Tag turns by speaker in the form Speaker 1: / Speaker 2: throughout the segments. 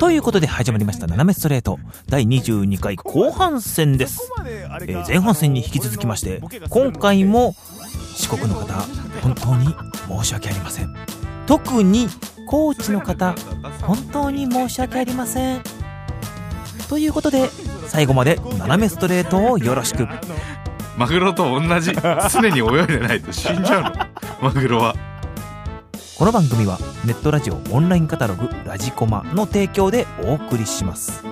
Speaker 1: ということで始まりました「斜めストレート」第22回後半戦です、
Speaker 2: え
Speaker 1: え
Speaker 2: ー
Speaker 1: ー
Speaker 2: 前
Speaker 1: 前
Speaker 2: 半
Speaker 1: 半
Speaker 2: 戦
Speaker 1: 戦に
Speaker 2: に引
Speaker 1: 引
Speaker 2: き
Speaker 1: き
Speaker 2: 続
Speaker 1: 続
Speaker 2: き
Speaker 1: き
Speaker 2: ま
Speaker 1: ま
Speaker 2: し
Speaker 1: してて
Speaker 2: 今
Speaker 1: 今
Speaker 2: 回
Speaker 1: 回
Speaker 2: も
Speaker 1: も四国の方本当に申し訳ありません特に高知の方本当に申し訳ありませんということで最後まで斜めストレートをよろしく
Speaker 3: マグロと同じ常に泳いでないと死んじゃうのマグロは
Speaker 1: この番組はネットラジオオンラインカタログ「ラジコマ」の提供でお送りします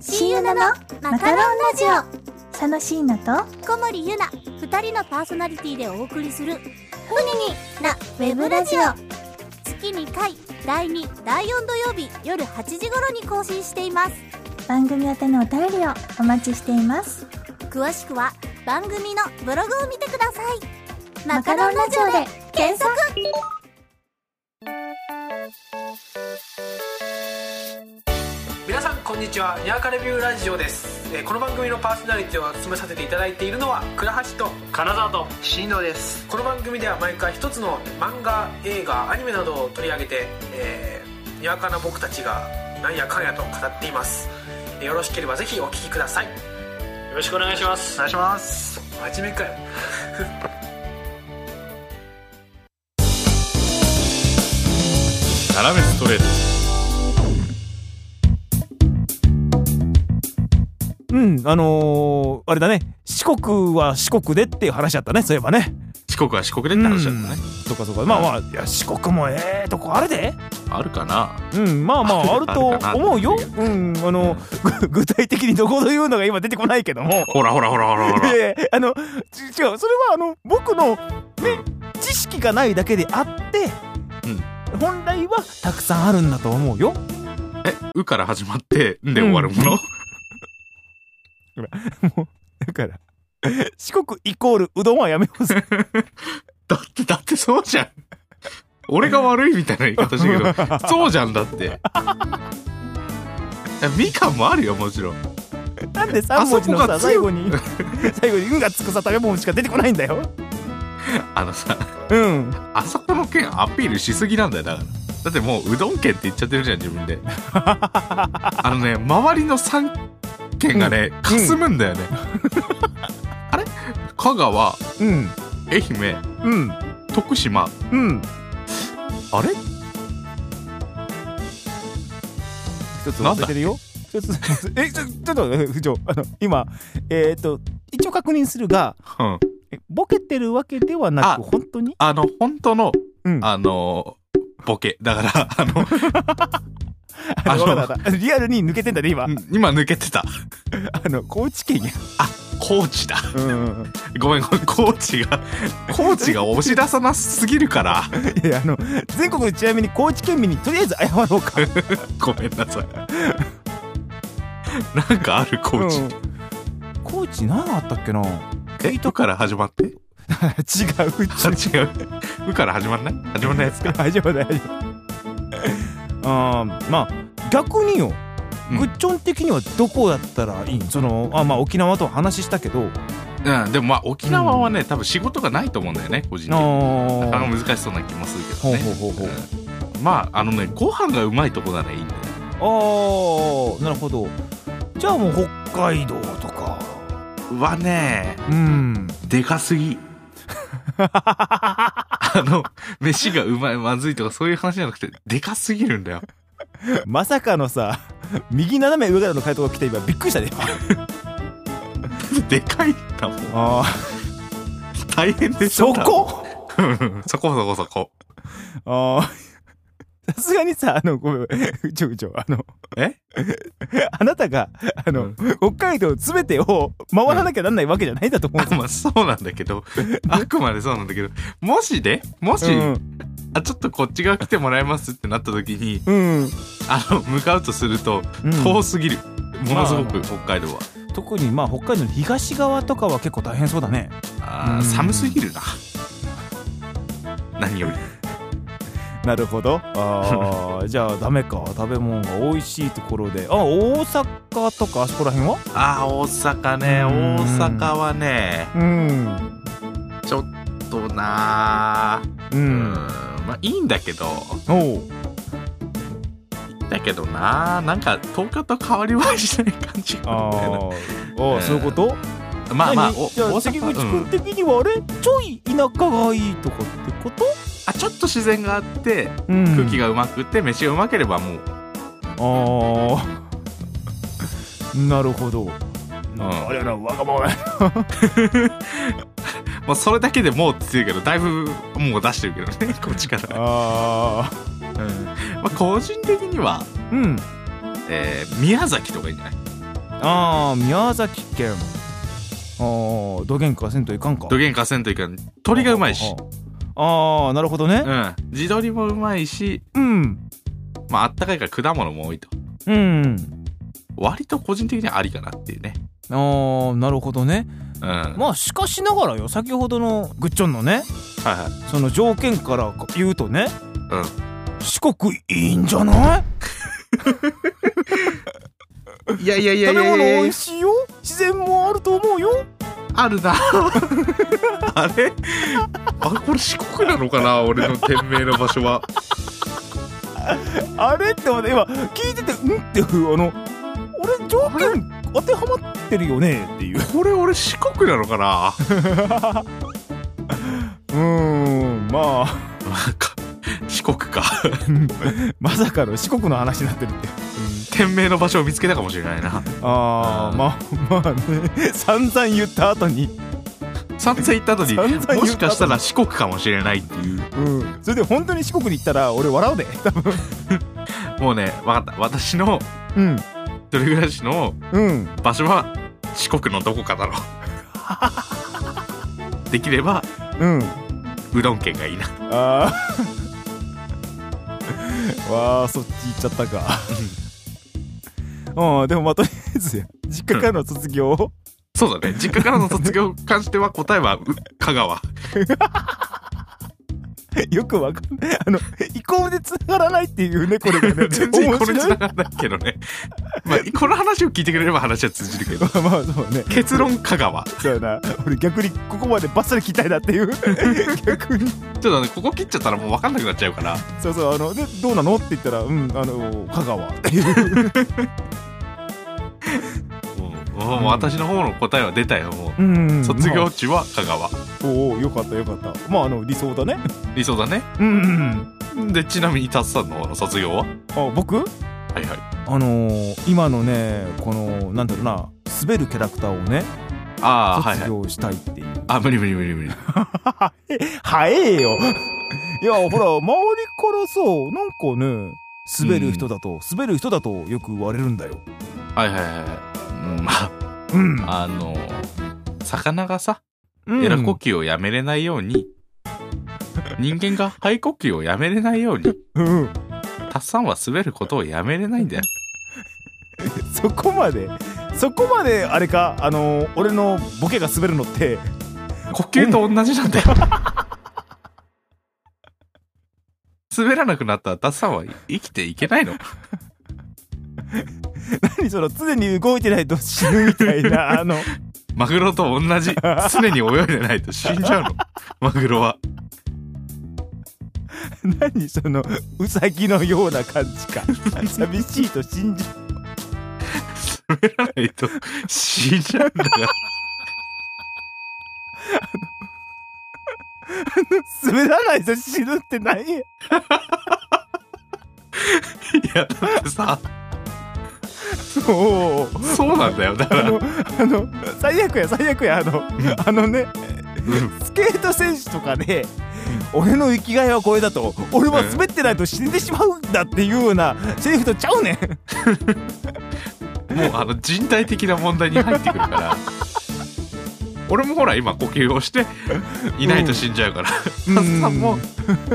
Speaker 4: シーユナのマカロンラジオ
Speaker 5: 楽しいのと
Speaker 4: 小森ゆな二人のパーソナリティでお送りする「ふにに」なウェブラジオ月2回第2第4土曜日夜8時頃に更新しています
Speaker 5: 番組宛てのお便りをお待ちしています
Speaker 4: 詳しくは番組のブログを見てくださいマカロンラジオで検索
Speaker 6: 皆さんこんにちはニャーカレビューラジオです、えーこの番組のパーソナリティを務めさせていただいているのは倉橋と
Speaker 7: 金沢と新野です
Speaker 6: この番組では毎回一つの漫画映画アニメなどを取り上げて、えー、にわかな僕たちがなんやかんやと語っていますえーよろしければぜひお聞きください
Speaker 7: よろしくお願いします
Speaker 6: お願いします真面目かよ
Speaker 3: 斜めストレート
Speaker 2: うんあのーあれだね四国は四国でっていう話だったねそういえばね
Speaker 3: 四国は四国でって話だったね
Speaker 2: そっかそっかまあまあいや四国もええとこあるで
Speaker 3: あるかな
Speaker 2: うんまあまああると思うよ
Speaker 3: あるか
Speaker 2: うんあのぐ具体的にどこぞ言うのが今出てこないけども
Speaker 3: ほらほらほらほらほ
Speaker 2: いや
Speaker 3: ら
Speaker 2: いやあのち違うそれはあの僕のね知識がないだけであって、本来はたくさんあるんだと思うよ
Speaker 3: えうから始まってんで終わるもの、
Speaker 2: だから四国イコールうどんはやめ ます
Speaker 3: だってだってそうじゃん俺が悪いみたいな言い方したけどそうじゃんだ っていやみかんもあるよもちろん
Speaker 2: なんで3文字のさ
Speaker 3: あそこが強い
Speaker 2: 最後に 最後に「うん」がつくさ食べ物しか出てこないんだよ
Speaker 3: あのさ
Speaker 2: うん
Speaker 3: あそこの県アピールしすぎなんだよだからだってもううどん県って言っちゃってるじゃん自分 であのね周りの3県がね、かすむんだよね、 あれ香川
Speaker 2: うん
Speaker 3: 愛媛
Speaker 2: うん
Speaker 3: 徳島
Speaker 2: うん
Speaker 3: あれ
Speaker 2: 一つ
Speaker 3: なん
Speaker 2: 忘れ
Speaker 3: だ
Speaker 2: てるよ一つえちょちょっとえ部長あの今えっ、と一応確認するが
Speaker 3: うん
Speaker 2: えボケてるわけではな
Speaker 3: あ
Speaker 2: く本当に
Speaker 3: あの本当の
Speaker 2: うん
Speaker 3: あのボケだからあ のあ
Speaker 2: わかった
Speaker 3: の
Speaker 2: わかったリアルに抜けてんだね今
Speaker 3: 今抜けてた
Speaker 2: あの高知県や
Speaker 3: 高知だ
Speaker 2: うんうんうん
Speaker 3: ごめんごめん高知が高知が押し出さなすぎるから
Speaker 2: いやあの全国でちなみに高知県民にとりあえず謝ろうか
Speaker 3: ごめんなさ い。なんかある高知。
Speaker 2: うん高知何があったっけな違
Speaker 3: え、とから始まって。
Speaker 2: う
Speaker 3: あ、違う。うから始まんない。始まんないやつか。
Speaker 2: 大丈夫大丈夫あーまあ逆によ、
Speaker 3: うん
Speaker 2: グッチョン的にはどこだったらいいんそのあまあ沖縄とは話したけど
Speaker 3: うん、でも、まあ、沖縄はね、多分仕事がないと思うんだよね、個人的
Speaker 2: あ
Speaker 3: に。なかなか
Speaker 2: ー
Speaker 3: 難しそうな気もするけ
Speaker 2: ほう
Speaker 3: ど
Speaker 2: ほう
Speaker 3: ね。
Speaker 2: ほうほう
Speaker 3: うんまあ、あのね、ご飯がうまいとこならいいんだよ。
Speaker 2: あーなるほどじゃあもう北海道とか
Speaker 3: はね、
Speaker 2: うん
Speaker 3: でかす ぎ。あの、飯がうまい、まずいとかそういう話じゃなくて、でかすぎるんだよ。
Speaker 2: まさかのさ 右斜め上からの回答が来て今びっくりしたね
Speaker 3: でかいんだもん。
Speaker 2: あ
Speaker 3: 大変
Speaker 2: あ
Speaker 3: でし
Speaker 2: そ
Speaker 3: ょ
Speaker 2: こ
Speaker 3: うんそこそこそこ。
Speaker 2: あー さすがにさあのごめん うちょうちょあの
Speaker 3: え
Speaker 2: あなたがあの、
Speaker 3: うん
Speaker 2: 北海道全てを回らなきゃなんないわけじゃないんだと思うんです
Speaker 3: あまあそうなんだけど、あくまでそうなんだけど、もしで、もし、
Speaker 2: よ
Speaker 3: あ、ちょっとこっち側来てもらいますってなった時に、
Speaker 2: うん、うん
Speaker 3: あの、向かうとすると、
Speaker 2: うん
Speaker 3: 遠すぎる。ものすご
Speaker 2: まあまあ
Speaker 3: く北海道は。
Speaker 2: 特にまあ北海道の東側とかは結構大変そうだね
Speaker 3: あ
Speaker 2: うん
Speaker 3: ー寒すぎるな。何より。
Speaker 2: なるほどあ ーじゃあダメか食べ物が美味しいところであ大阪とかあそこら辺は
Speaker 3: あー、大阪ね、
Speaker 2: うん
Speaker 3: 大阪はね、
Speaker 2: うん
Speaker 3: ちょっとなーう
Speaker 2: う
Speaker 3: んんいいんだけど
Speaker 2: おお
Speaker 3: だけどななんか10日と変わりはしない感じが あるんだよ
Speaker 2: あーあーそういうこと
Speaker 3: なまあまあ
Speaker 2: 何
Speaker 3: お
Speaker 2: じゃあ
Speaker 3: 大
Speaker 2: 関
Speaker 3: 阪う
Speaker 2: 口君
Speaker 3: ん
Speaker 2: 的にはあれちょい田舎がいいとかってこと
Speaker 3: あちょっと自然があって
Speaker 2: 空
Speaker 3: 空気がうまくって飯がうまければもう
Speaker 2: ああ なるほど、
Speaker 3: ん
Speaker 2: あれやなわがままや
Speaker 3: まあ、それだけでもうっていうけどだいぶもう出してるけどね こっちから、
Speaker 2: あ
Speaker 3: まあ、個人的には、
Speaker 2: ーうん
Speaker 3: えー宮崎とかいいんじゃない
Speaker 2: ああ宮崎県ああどげんかせんといかんか
Speaker 3: どげんかせんといかん鳥がうまいし、
Speaker 2: ああなるほどね
Speaker 3: うん、地鶏もうまいし、
Speaker 2: うん
Speaker 3: まああったかいから果物も多いと
Speaker 2: うん
Speaker 3: 割と個人的にはありかなっていうね
Speaker 2: ああなるほどね
Speaker 3: うん、はい
Speaker 2: まあしかしながらよ先ほどのグッチョンのね
Speaker 3: は
Speaker 2: その条件から言うとね
Speaker 3: い
Speaker 2: 四国いいんじゃない
Speaker 3: うんいやいやい
Speaker 2: 食べ物美味しいよ自然もあると思うよ
Speaker 3: あるなあれあれこれ四国なのかな俺の店名の場所は
Speaker 2: あれって待って今聞いててうんっていうあの俺条件当てはまってるよねっていう
Speaker 3: これ俺四国なのかな
Speaker 2: うーんまあ
Speaker 3: 四国か
Speaker 2: まさかの四国の話になってるって
Speaker 3: 店名の場所を見つけたかもしれないな
Speaker 2: あ
Speaker 3: あ
Speaker 2: あ
Speaker 3: ー
Speaker 2: まあまあね散々言った後に
Speaker 3: 散々行った後に
Speaker 2: 散々言った後に
Speaker 3: もしかしたら四国かもしれないっていう
Speaker 2: うんそれで本当に四国に行ったら俺笑うで多分
Speaker 3: もうね分かった私の
Speaker 2: うん
Speaker 3: 一人暮らしの
Speaker 2: うん
Speaker 3: 場所は四国のどこかだろう できれば
Speaker 2: うん
Speaker 3: うどん県がいいな
Speaker 2: ああ わあそっち行っちゃったかうんでもまあとりあえず実家からの卒業を
Speaker 3: そうだね実家からの卒業に関しては答えはう香川
Speaker 2: よくわかんない。あの、移行で繋がらないっていうね、これ がね。
Speaker 3: 全 然これ
Speaker 2: 面
Speaker 3: つ
Speaker 2: 白
Speaker 3: ないがらないけどねまあこの話を聞いてくれれば話は通じるけど
Speaker 2: まあまあ、そうね。
Speaker 3: 結論香川
Speaker 2: そうやな。俺逆にここまでバッサリ聞きたいなって いう。逆に。
Speaker 3: ちょっとねここ切っちゃったらもう分かんなくなっちゃうから
Speaker 2: そうそう、あの、で、どうなのって言ったら、うん、あの、香川っていう。
Speaker 3: もうもう私の方の答えは出たよも
Speaker 2: うん
Speaker 3: う卒業。地は香川
Speaker 2: おお、よかったよかった。まあ、あの、理想だね。
Speaker 3: 理想だね
Speaker 2: うんうん。
Speaker 3: でちなみにたつさんの方の卒業は
Speaker 2: あ、僕
Speaker 3: はいはい
Speaker 2: あのー、今のね、この、なんだろうな、滑るキャラクターをね、
Speaker 3: ああはいは
Speaker 2: 卒
Speaker 3: い
Speaker 2: 業したいっていう。
Speaker 3: あ無理無理無理無理
Speaker 2: 早えよ。 いや、ほら、周りからさ、なんかね、滑る人だと、滑る人だとよく言われるんだよ。
Speaker 3: はいはいはいうんまあ
Speaker 2: うん。
Speaker 3: あの魚がさ
Speaker 2: うん
Speaker 3: エラ呼吸をやめれないように、人間が肺呼吸をやめれないように
Speaker 2: うん。
Speaker 3: たっさんは滑ることをやめれないんだよ
Speaker 2: そこまで、そこまで、あれか、あの、俺のボケが滑るのって、
Speaker 3: 呼吸と同じなんだよ滑らなくなったらたっさんは生きていけないの
Speaker 2: 何その、常に動いてないと死ぬみたい な、あの、
Speaker 3: マグロと同じ常に泳いでないと死んじゃうのマグロ は
Speaker 2: 何その、ウサギのような感 じか。寂しいと死んじゃう。
Speaker 3: 滑らないと死んじゃうんだよ
Speaker 2: 滑らないと死ぬって何
Speaker 3: いやだってさ
Speaker 2: そう。
Speaker 3: そうなんだよだか
Speaker 2: あ
Speaker 3: ら
Speaker 2: の、あの、最悪や、最悪や、あの、あのね、スケート選手とかで、俺の生きがいはこれだと、俺は滑ってないと死んでしまうんだっていうようなセリフとちゃうねん。
Speaker 3: もうあの人体的な問題に入ってくるから俺もほら今呼吸をしていないと死んじゃうから、
Speaker 2: うん
Speaker 3: タスさんも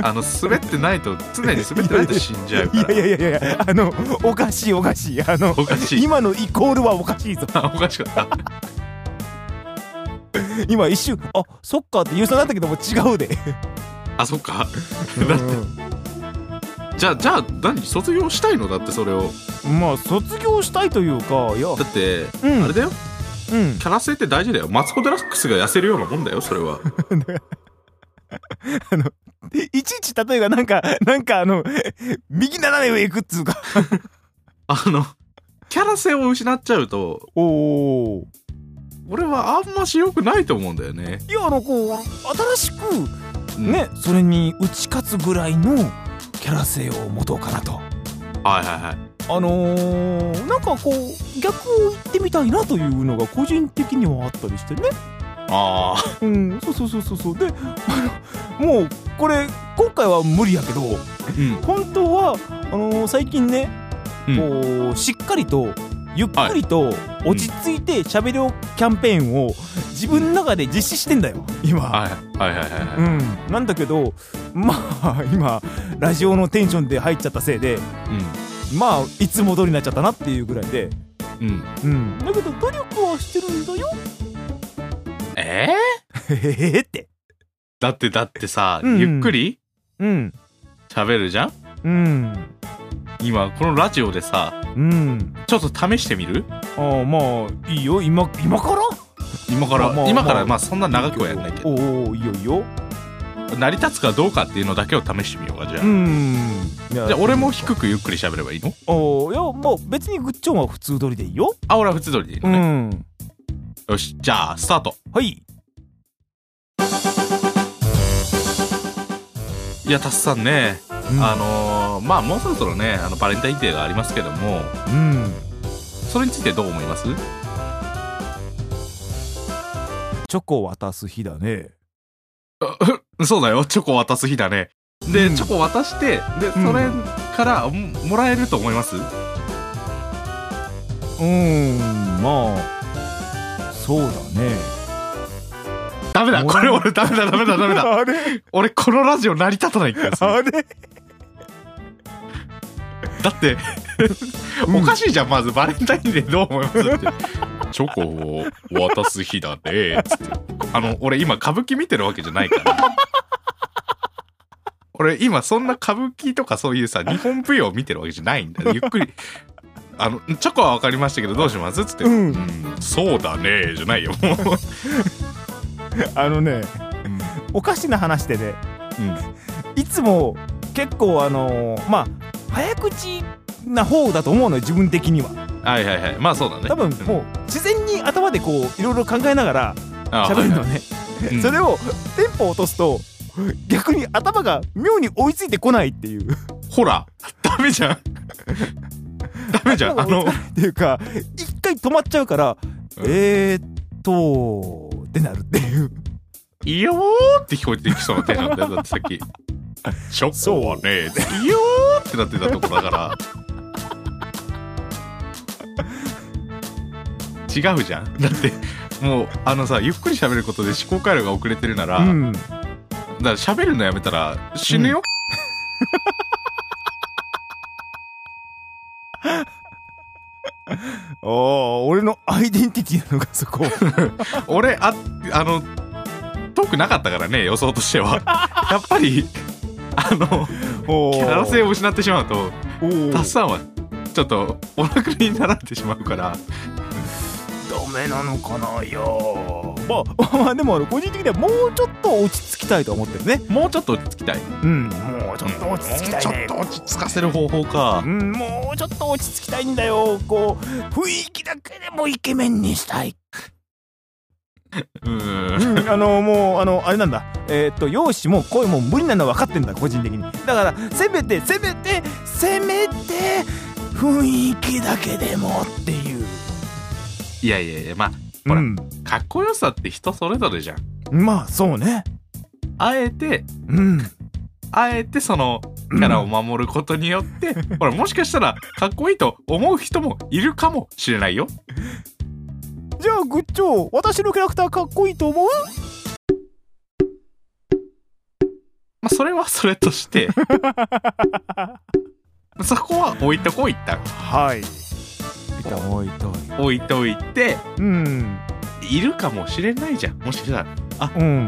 Speaker 3: あの滑ってないと常に滑ってないと死んじゃう
Speaker 2: い
Speaker 3: から
Speaker 2: やいやいやいや、あの、おかしいおかしい。あの、
Speaker 3: おかしい
Speaker 2: 今のイコールはおかしいぞ。
Speaker 3: あおかしかった
Speaker 2: 今一瞬、あ、そっかって言うそうだったけども違うで。
Speaker 3: あそっかだってじゃあじゃあ何卒業したいのだってそれを
Speaker 2: まあ、卒業したいというか、いや、
Speaker 3: だって、
Speaker 2: うん
Speaker 3: あれだよ
Speaker 2: うん
Speaker 3: キ。ャラ性って大事だよマツコ・デラックスが痩せるようなもんだよそれは
Speaker 2: いちいち例えばなんか、 なんかあの、右斜め上行くっつうか。
Speaker 3: あの、キャラ性を失っちゃうと、
Speaker 2: おお。
Speaker 3: 俺はあんまし良くないと思うんだよね。
Speaker 2: いや、あの、こう、新しく、
Speaker 3: うん
Speaker 2: ね、それに打ち勝つぐらいのキャラ性を持とうかなと。
Speaker 3: はいはいはい。
Speaker 2: あのー、なんかこう、逆を言ってみたいなというのが個人的にはあったりしてね。
Speaker 3: ああ。
Speaker 2: うん、そうそうそうそうそう。で、あの、もう、これ、今回は無理やけど、
Speaker 3: うん。
Speaker 2: 本当は、あのー最近ね、
Speaker 3: うん
Speaker 2: こう、しっかりと、ゆっくりと、落ち着いて喋るキャンペーンを、自分の中で実施してんだよ、今。
Speaker 3: はいはいはいはいうはい。
Speaker 2: ん、なんだけどまあ今ラジオのテンションで入っちゃったせいでまあいつも通りになっちゃったなっていうぐらいで、
Speaker 3: うん。うん。
Speaker 2: うん、だけど努力はしてるんだよ
Speaker 3: ええ
Speaker 2: へへへって
Speaker 3: だってだってさ、
Speaker 2: うん
Speaker 3: ゆっくり
Speaker 2: うん
Speaker 3: 喋るじゃん
Speaker 2: うん
Speaker 3: 今、このラジオでさ、
Speaker 2: うん
Speaker 3: ちょっと試してみる
Speaker 2: ああまあいいよ今今から
Speaker 3: 今から、
Speaker 2: まあまあ
Speaker 3: 今か
Speaker 2: ま
Speaker 3: ら、
Speaker 2: あ
Speaker 3: まあそんな長くはやんないけど、
Speaker 2: おおいいよいいよ
Speaker 3: 成り立つかどうかっていうのだけを試してみようか、じゃあ。
Speaker 2: うんじ
Speaker 3: じゃあ俺も低くゆっくり喋ればいいの
Speaker 2: おおいやまあ別にグッチョンは普通通りでいいよ、
Speaker 3: あ、俺は普通通りでいいのね。
Speaker 2: ん
Speaker 3: よし、じゃあ、スタート。
Speaker 2: はい
Speaker 3: いや、タスさんね、
Speaker 2: うん
Speaker 3: あのーまあもうそろそろね、あのバレンタインデーがありますけども、
Speaker 2: うん
Speaker 3: それについてどう思います
Speaker 2: チョコ渡す日だね
Speaker 3: そうだよ、チョコ渡す日だね。で、
Speaker 2: うん
Speaker 3: チョコ渡して、で、それからももらえると思います
Speaker 2: うんまあそうだね
Speaker 3: ダメだ、
Speaker 2: も
Speaker 3: こ
Speaker 2: ら
Speaker 3: れ俺ダメだ、ダメだ、ダメだ。
Speaker 2: あれ
Speaker 3: 俺このラジオ成り立たない気がする。
Speaker 2: あれ
Speaker 3: だって、おかしいじゃん、まずバレンタインデーどう思いますって。チョコを渡す日だね、つって。あの、俺今歌舞伎見てるわけじゃないから。俺今そんな歌舞伎とかそういうさ、日本舞踊を見てるわけじゃないんだよ。ゆっくり。あの、チョコはわかりましたけどどうしますつって。
Speaker 2: うん
Speaker 3: うんそうだね、じゃないよ。 もう
Speaker 2: あのね
Speaker 3: うん
Speaker 2: おかしな話でね
Speaker 3: うん
Speaker 2: いつも結構あのーまあ早口な方だと思うのよ自分的には
Speaker 3: はいはいはい。まあそうだね。
Speaker 2: 多分も
Speaker 3: う
Speaker 2: う自然に頭でこういろいろ考えながら
Speaker 3: んあ
Speaker 2: 喋るの
Speaker 3: はい
Speaker 2: ね、
Speaker 3: はいうん
Speaker 2: それをテンポを落とすと逆に頭が妙に追いついてこないっていう
Speaker 3: ほら、ダメじ ゃん。ダメじゃん。あ
Speaker 2: 頭が追い
Speaker 3: の
Speaker 2: つ、かないっていうか一回止まっちゃうから、
Speaker 3: うん
Speaker 2: えーっとってなるっていう
Speaker 3: いいよーって聞こえてきそうな手なんだよ、だってさっ き。ショックはね、いいよーってなってたとこだから。違うじゃん。だって、もう、あのさ、ゆっくり喋ることで思考回路が遅れてるなら、だ
Speaker 2: ん
Speaker 3: から喋るのやめたら死ぬよ。
Speaker 2: ああ俺のアイデンティティなのがそ こ
Speaker 3: 俺、あ、あの、遠くなかったからね、予想として は。やっぱり、あの、キ
Speaker 2: キ
Speaker 3: ャラ性を失ってしまうと、
Speaker 2: お
Speaker 3: タスさんは、ちょっと、お亡くなりになられてしまうから、
Speaker 2: ダメなのかなよまあまあでもあの個人的にはもうちょっと落ち着きたいと思ってるね
Speaker 3: もうちょっと落ち着きたい。
Speaker 2: うんもうちょっと落ち着きたいね
Speaker 3: ちょっと落ち着かせる方法か
Speaker 2: う。んもうちょっと落ち着きたいんだよこう雰囲気だけでもイケメンにしたい、
Speaker 3: うん。
Speaker 2: うん、あのもうあのあれなんだえーっと容姿も声も無理なのは分かってんだ個人的にだからせめてせめてせめて雰囲気だけでもっていう
Speaker 3: いやいやいや、まあ、ほら
Speaker 2: うん
Speaker 3: かっこよさって人それぞれじゃん。
Speaker 2: まあそうね
Speaker 3: あえて、
Speaker 2: うん
Speaker 3: あえてその、キャラを守ることによって、 ほら、もしかしたら、かっこいいと思う人もいるかもしれないよ。
Speaker 2: じゃあグッチョー私のキャラクターかっこいいと思う
Speaker 3: まあ、それはそれとして、 そこは置いとこう、一旦。
Speaker 2: はい。板置いとい
Speaker 3: 置いといて、
Speaker 2: うん。
Speaker 3: いるかもしれないじゃん。もしかしたら、
Speaker 2: うん。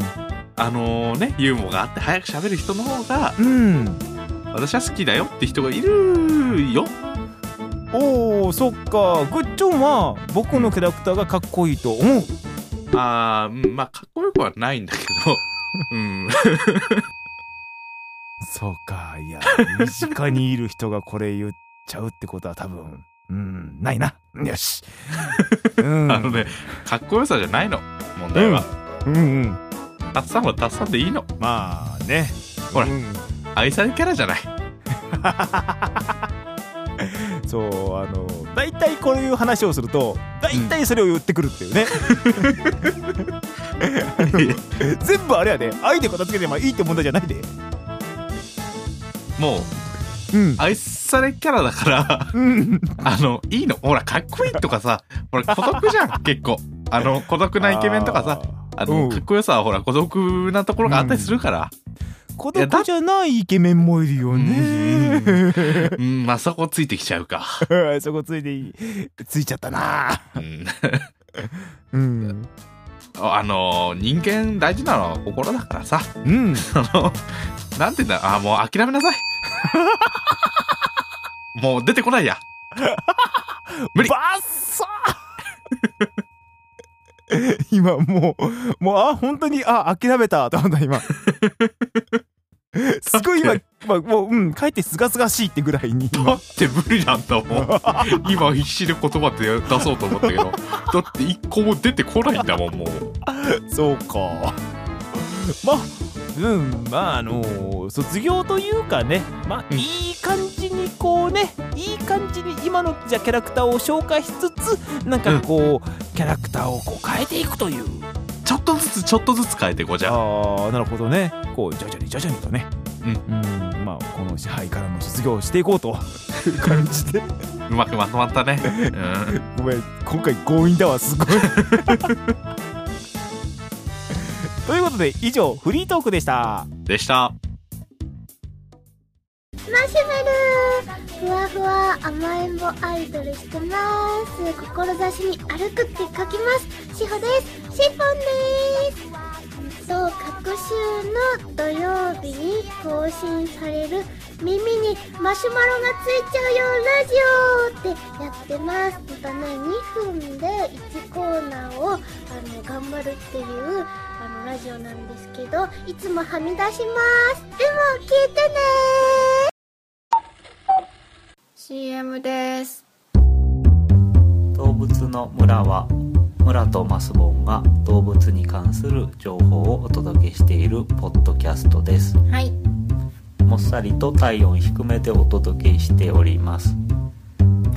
Speaker 3: あのね、ユーモアがあって早く喋る人の方が、
Speaker 2: うん。
Speaker 3: 私は好きだよって人がいるよ。
Speaker 2: おお、そっか。グッチョンは僕のキャラクターがかっこいいと思う。
Speaker 3: あーうんまあかっこよくはないんだけど、うん、
Speaker 2: そうかいや身近にいる人がこれ言っちゃうってことは多分うんないなよ しうん
Speaker 3: あのねかっこよさじゃないの問題は、
Speaker 2: うんうん
Speaker 3: たっさんはたっさんでいいの
Speaker 2: まあね
Speaker 3: ほら
Speaker 2: うん
Speaker 3: 愛されキャラじゃない
Speaker 2: そうあの大体こういう話をすると大体それを言ってくるっていうね、 全部あれやで愛で片付けてまあいいって問題じゃないで
Speaker 3: もう
Speaker 2: うん
Speaker 3: 愛されキャラだから
Speaker 2: うん
Speaker 3: あのいいのほらかっこいいとかさほら孤独じゃ ん結構あの孤独なイケメンとかさあの、
Speaker 2: うん
Speaker 3: かっこよさはほら孤独なところがあったりするから、
Speaker 2: 孤
Speaker 3: いやだ
Speaker 2: 独じゃないイケメンもいるよね
Speaker 3: うんまあそこついてきちゃうか、
Speaker 2: そこついていついちゃったな
Speaker 3: うん、
Speaker 2: うん
Speaker 3: あの人間大事なのは心だからさ
Speaker 2: うん
Speaker 3: あのなんて言うんだあもう諦めなさい もう出てこないや無理
Speaker 2: バッサー 今もうもうあ本当にあ諦めたと思った 今すごい今、まあ、もううん帰ってすがすがしいってぐらいに
Speaker 3: だって無理なんだもん今必死で言葉で出そうと思ったけどだって一個も出てこないんだもんもう
Speaker 2: そうかまあうんまああの卒業というかねまあ
Speaker 3: うん
Speaker 2: いい感じにこうねいい感じに今のじゃキャラクターを紹介しつつなんかこう、キャラクターをこう変えていくという
Speaker 3: ちょっとずつちょっとずつ変えていこうじゃあ
Speaker 2: ああなるほどねこう徐々に徐々にとね
Speaker 3: うん
Speaker 2: んまあこの支配からの卒業をしていこうという感じで
Speaker 3: うまくまとまったねうん
Speaker 2: ごめん今回強引だわすごい ということで以上フリートークでした
Speaker 3: でした
Speaker 4: マシュマロふわふわ甘えん坊アイドルしてます志に歩くって書きますしほですシフォンですと各週の土曜日に更新される耳にマシュマロがついちゃうよラジオってやってますまたね2分で1コーナーをあの頑張るっていうあのラジオなんですけどいつもはみ出しますでも聞いてね
Speaker 8: CM です
Speaker 9: 動物の村は村とマスボンが動物に関する情報をお届けしているポッドキャストです
Speaker 8: はい
Speaker 9: もっさりと体温低めでお届けしております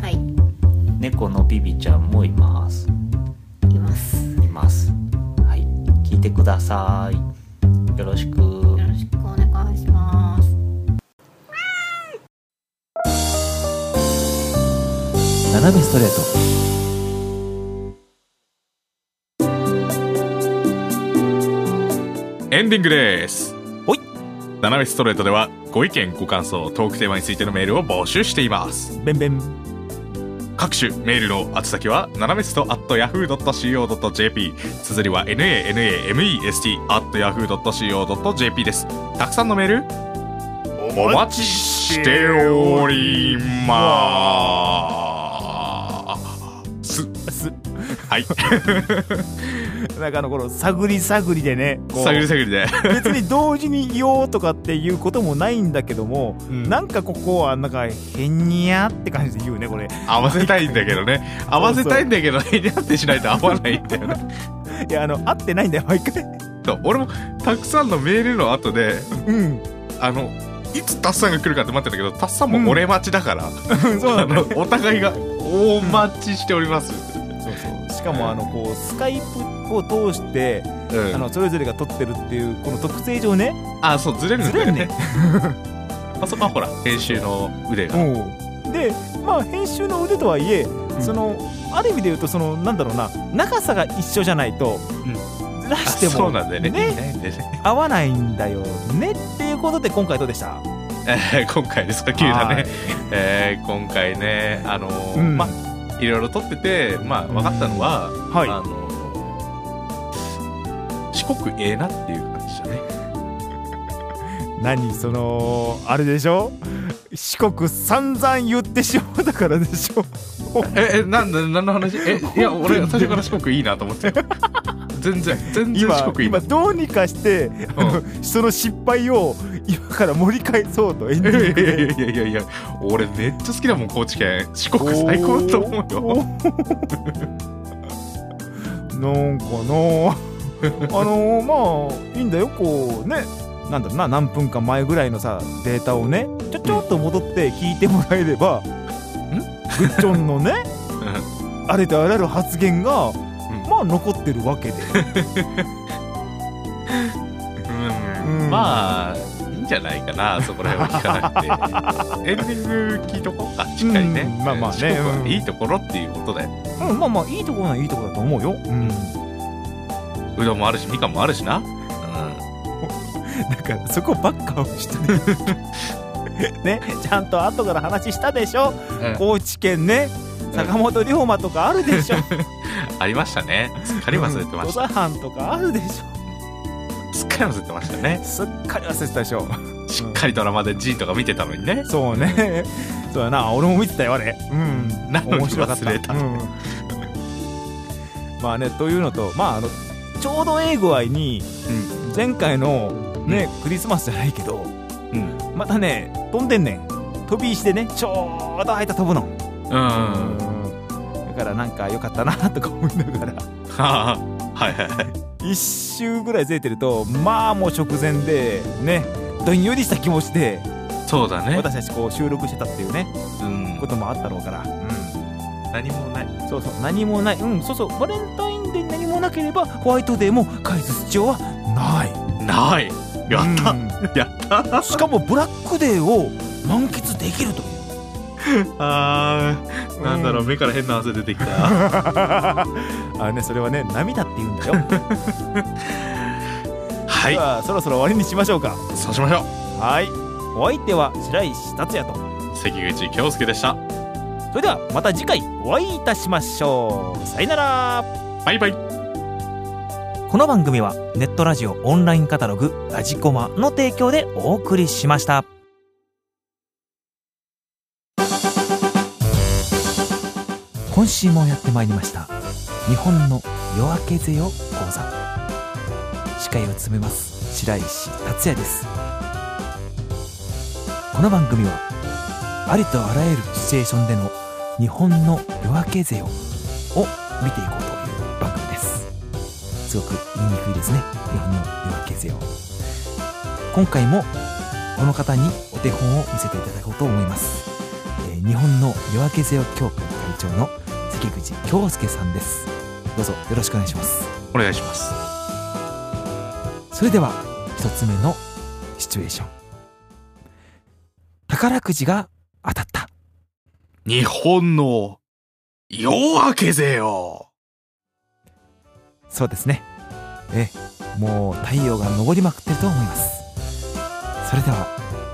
Speaker 8: はいい
Speaker 9: 猫のビビちゃんもいます
Speaker 8: ますよ
Speaker 9: いますはい聞いてくださいよろしく
Speaker 8: ろしくお願いします
Speaker 1: 斜めストレー
Speaker 3: エンディングです。
Speaker 2: ほい。
Speaker 3: 斜めストレートでは、ご意見、ご感想、トークテーマについてのメールを募集しています。
Speaker 2: ベンベン
Speaker 3: 各種メールの宛先は、斜めスト at yahoo.co.jp。綴りは nanamest at yahoo.co.jp です。たくさんのメール、お待ちしております。
Speaker 2: す
Speaker 3: はい。
Speaker 2: なんかあの頃探り探りでねこう
Speaker 3: 探り探りで。
Speaker 2: 別に同時に言おうとかっていうこともないんだけども、
Speaker 3: うん
Speaker 2: なんかここはなんかへんにゃって感じで言うねこれい
Speaker 3: 合わせたいんだけどね。合わせたいんだけど、 ヘニャってしないと合わないんだよね。
Speaker 2: やあの合ってないんだよ毎回
Speaker 3: そう俺もたくさんのメールの後で
Speaker 2: うん
Speaker 3: あのいつタッサンが来るかって待ってたけどタッサンも俺待ちだから、
Speaker 2: そうな
Speaker 3: あ
Speaker 2: んだ
Speaker 3: のお互いが大待ちしております、
Speaker 2: そうそうしかもあのこうスカイプを通して
Speaker 3: うん
Speaker 2: あのそれぞれが撮ってるっていうこの特性上ね
Speaker 3: あそうずれるん
Speaker 2: ず
Speaker 3: だ
Speaker 2: れ
Speaker 3: よ
Speaker 2: る
Speaker 3: ね
Speaker 2: ね
Speaker 3: あそこはほら編集の腕が
Speaker 2: うんでまあ編集の腕とはいえ、そのある意味で言うとそのなんだろうな長さが一緒じゃないと、ずら
Speaker 3: あ
Speaker 2: しても
Speaker 3: そうなんだよね
Speaker 2: ね
Speaker 3: ねね
Speaker 2: 合わないんだよねっていうことで今回どうでした
Speaker 3: えー今回ですか急だ
Speaker 2: は
Speaker 3: ね
Speaker 2: い、
Speaker 3: えー今回ねあのー
Speaker 2: うん
Speaker 3: まあいろいろ撮っててまあ分かったのは、
Speaker 2: はい
Speaker 3: あのー四国ええなっていう感じだね
Speaker 2: 何そのあれでしょ四国散々言ってしまったからでしょ
Speaker 3: え、え、なんだ、何の話え、いや、俺、最初から四国いいなと思って。全然、全然
Speaker 2: 今
Speaker 3: 四国いい
Speaker 2: 今
Speaker 3: な。
Speaker 2: どうにかして、あの人の失敗を今から盛り返そうとエン
Speaker 3: い
Speaker 2: デ
Speaker 3: や
Speaker 2: ィン
Speaker 3: い
Speaker 2: グ
Speaker 3: や
Speaker 2: で
Speaker 3: いやいやいや俺めっちゃ好きだもん高知県四国最高だと思うよ
Speaker 2: おーなんかなあのー、まあいいんだよこうねなんだろうな何分か前ぐらいのさデータをねちょちょっと戻って聞いてもらえればんグッチョンのねあれとあらゆる発言が、まあ残ってるわけで、
Speaker 3: うん
Speaker 2: うん
Speaker 3: まあいいんじゃないかなそこら辺は聞かな くてエンディング聞いとこうかしっかりね、
Speaker 2: うんまあまあ
Speaker 3: 四
Speaker 2: ね
Speaker 3: 国は
Speaker 2: うん
Speaker 3: いいところっていうことで
Speaker 2: うん、まあまあいいところはいいところだと思うよ、うん、だ
Speaker 3: うどんもあるしみかんもあるしな、う
Speaker 2: からそこばっかをして ねねちゃんと後から話したでしょ
Speaker 3: んうん
Speaker 2: 高知県ね坂本龍馬とかあるでしょ
Speaker 3: ありましたねすっかり忘れてま
Speaker 2: 土
Speaker 3: した、
Speaker 2: 佐藩とかあるでしょ
Speaker 3: すっかり忘れてましたね
Speaker 2: すっかり忘れてたでしょ
Speaker 3: しっかりドラマで G とか見てたのにね
Speaker 2: そうねそうやな俺も見てたよあれうん
Speaker 3: なのに
Speaker 2: 面白かった
Speaker 3: 忘れた
Speaker 2: うん、まあねというのとまああのちょうどええ具合に前回のね、クリスマスじゃないけど、
Speaker 3: うん
Speaker 2: またね飛んでんねん飛び石でねちょうど間飛ぶの、
Speaker 3: うんは
Speaker 2: だからなんか良かったなとか思いながら
Speaker 3: あはいはいはい
Speaker 2: 一周ぐらいずれてるとまあもう直前でねどんよりした気持ちで
Speaker 3: そうだね、
Speaker 2: 私たちこう収録してたっていうね
Speaker 3: うん
Speaker 2: こ、ともあったろうから、う
Speaker 3: 何もない
Speaker 2: ん、そうそう何もないうんそうそうバレンタインデーに何もなければホワイトデーも返す必要はない
Speaker 3: ないやった、や
Speaker 2: ったしかもブラックデーを満喫できるという
Speaker 3: あーなんだろう、
Speaker 2: う
Speaker 3: 目から変な汗出てきた
Speaker 2: あれねそれはね涙って言うんだよ
Speaker 3: は
Speaker 2: で
Speaker 3: い
Speaker 2: はそろそろ終わりにしましょうか
Speaker 3: そうしましょ
Speaker 2: はいお相手は白石達也と
Speaker 3: う関口京介でした
Speaker 2: それではまた次回お会いいたしましょうさよなら
Speaker 3: バイバイ
Speaker 1: この番組はネットラジオオンラインカタログ「ラジコマ」の提供でお送りしました。今週もやってまいりました日本の夜明けぜよ講座司会を務めます白石達也ですこの番組はありとあらゆるシチュエーションでの日本の夜明けぜよを見ていこうという番組ですすごく言いにくいですね日本の夜明けぜよ今回もこの方にお手本を見せていただこうと思います、えー日本の夜明けぜよ協会会長の関口京介さんですどうぞよろしくお願いします
Speaker 3: お願いします
Speaker 1: それでは一つ目のシチュエーション宝くじが当たった
Speaker 3: 日本の夜明けぜよ
Speaker 1: そうですねええもう太陽が昇りまくってると思いますそれでは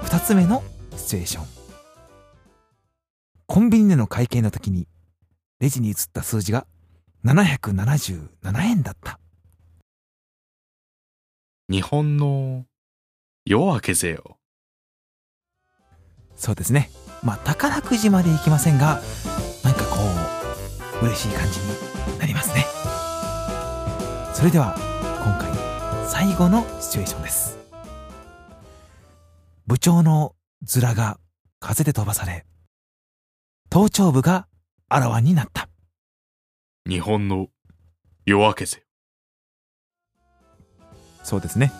Speaker 1: 2つ目のシチュエーションコンビニでの会計の時にレジに移った数字が777円だった
Speaker 3: 日本の夜明けぜよ
Speaker 1: そうですねまあ宝くじまでいきませんがなんかこう嬉しい感じになりますねそれでは今回最後のシチュエーションです部長のズラが風で飛ばされ頭頂部があらわになった
Speaker 3: 日本の夜明けぜよ
Speaker 1: そうですね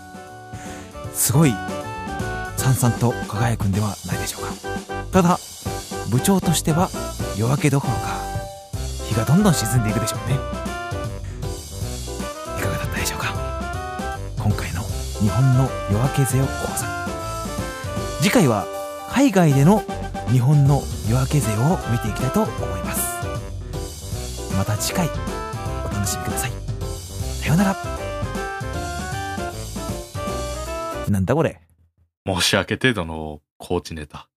Speaker 1: すごいさんさんと輝くんではないでしょうかただ部長としては夜明けどころか日がどんどん沈んでいくでしょうねいかがだったでしょうか今回の日本の夜明けぜよ講座次回は海外での日本の夜明けぜよを見ていきたいと思いますまた次回お楽しみくださいさようならなんだこれ
Speaker 3: 申し訳程度のコーチネタ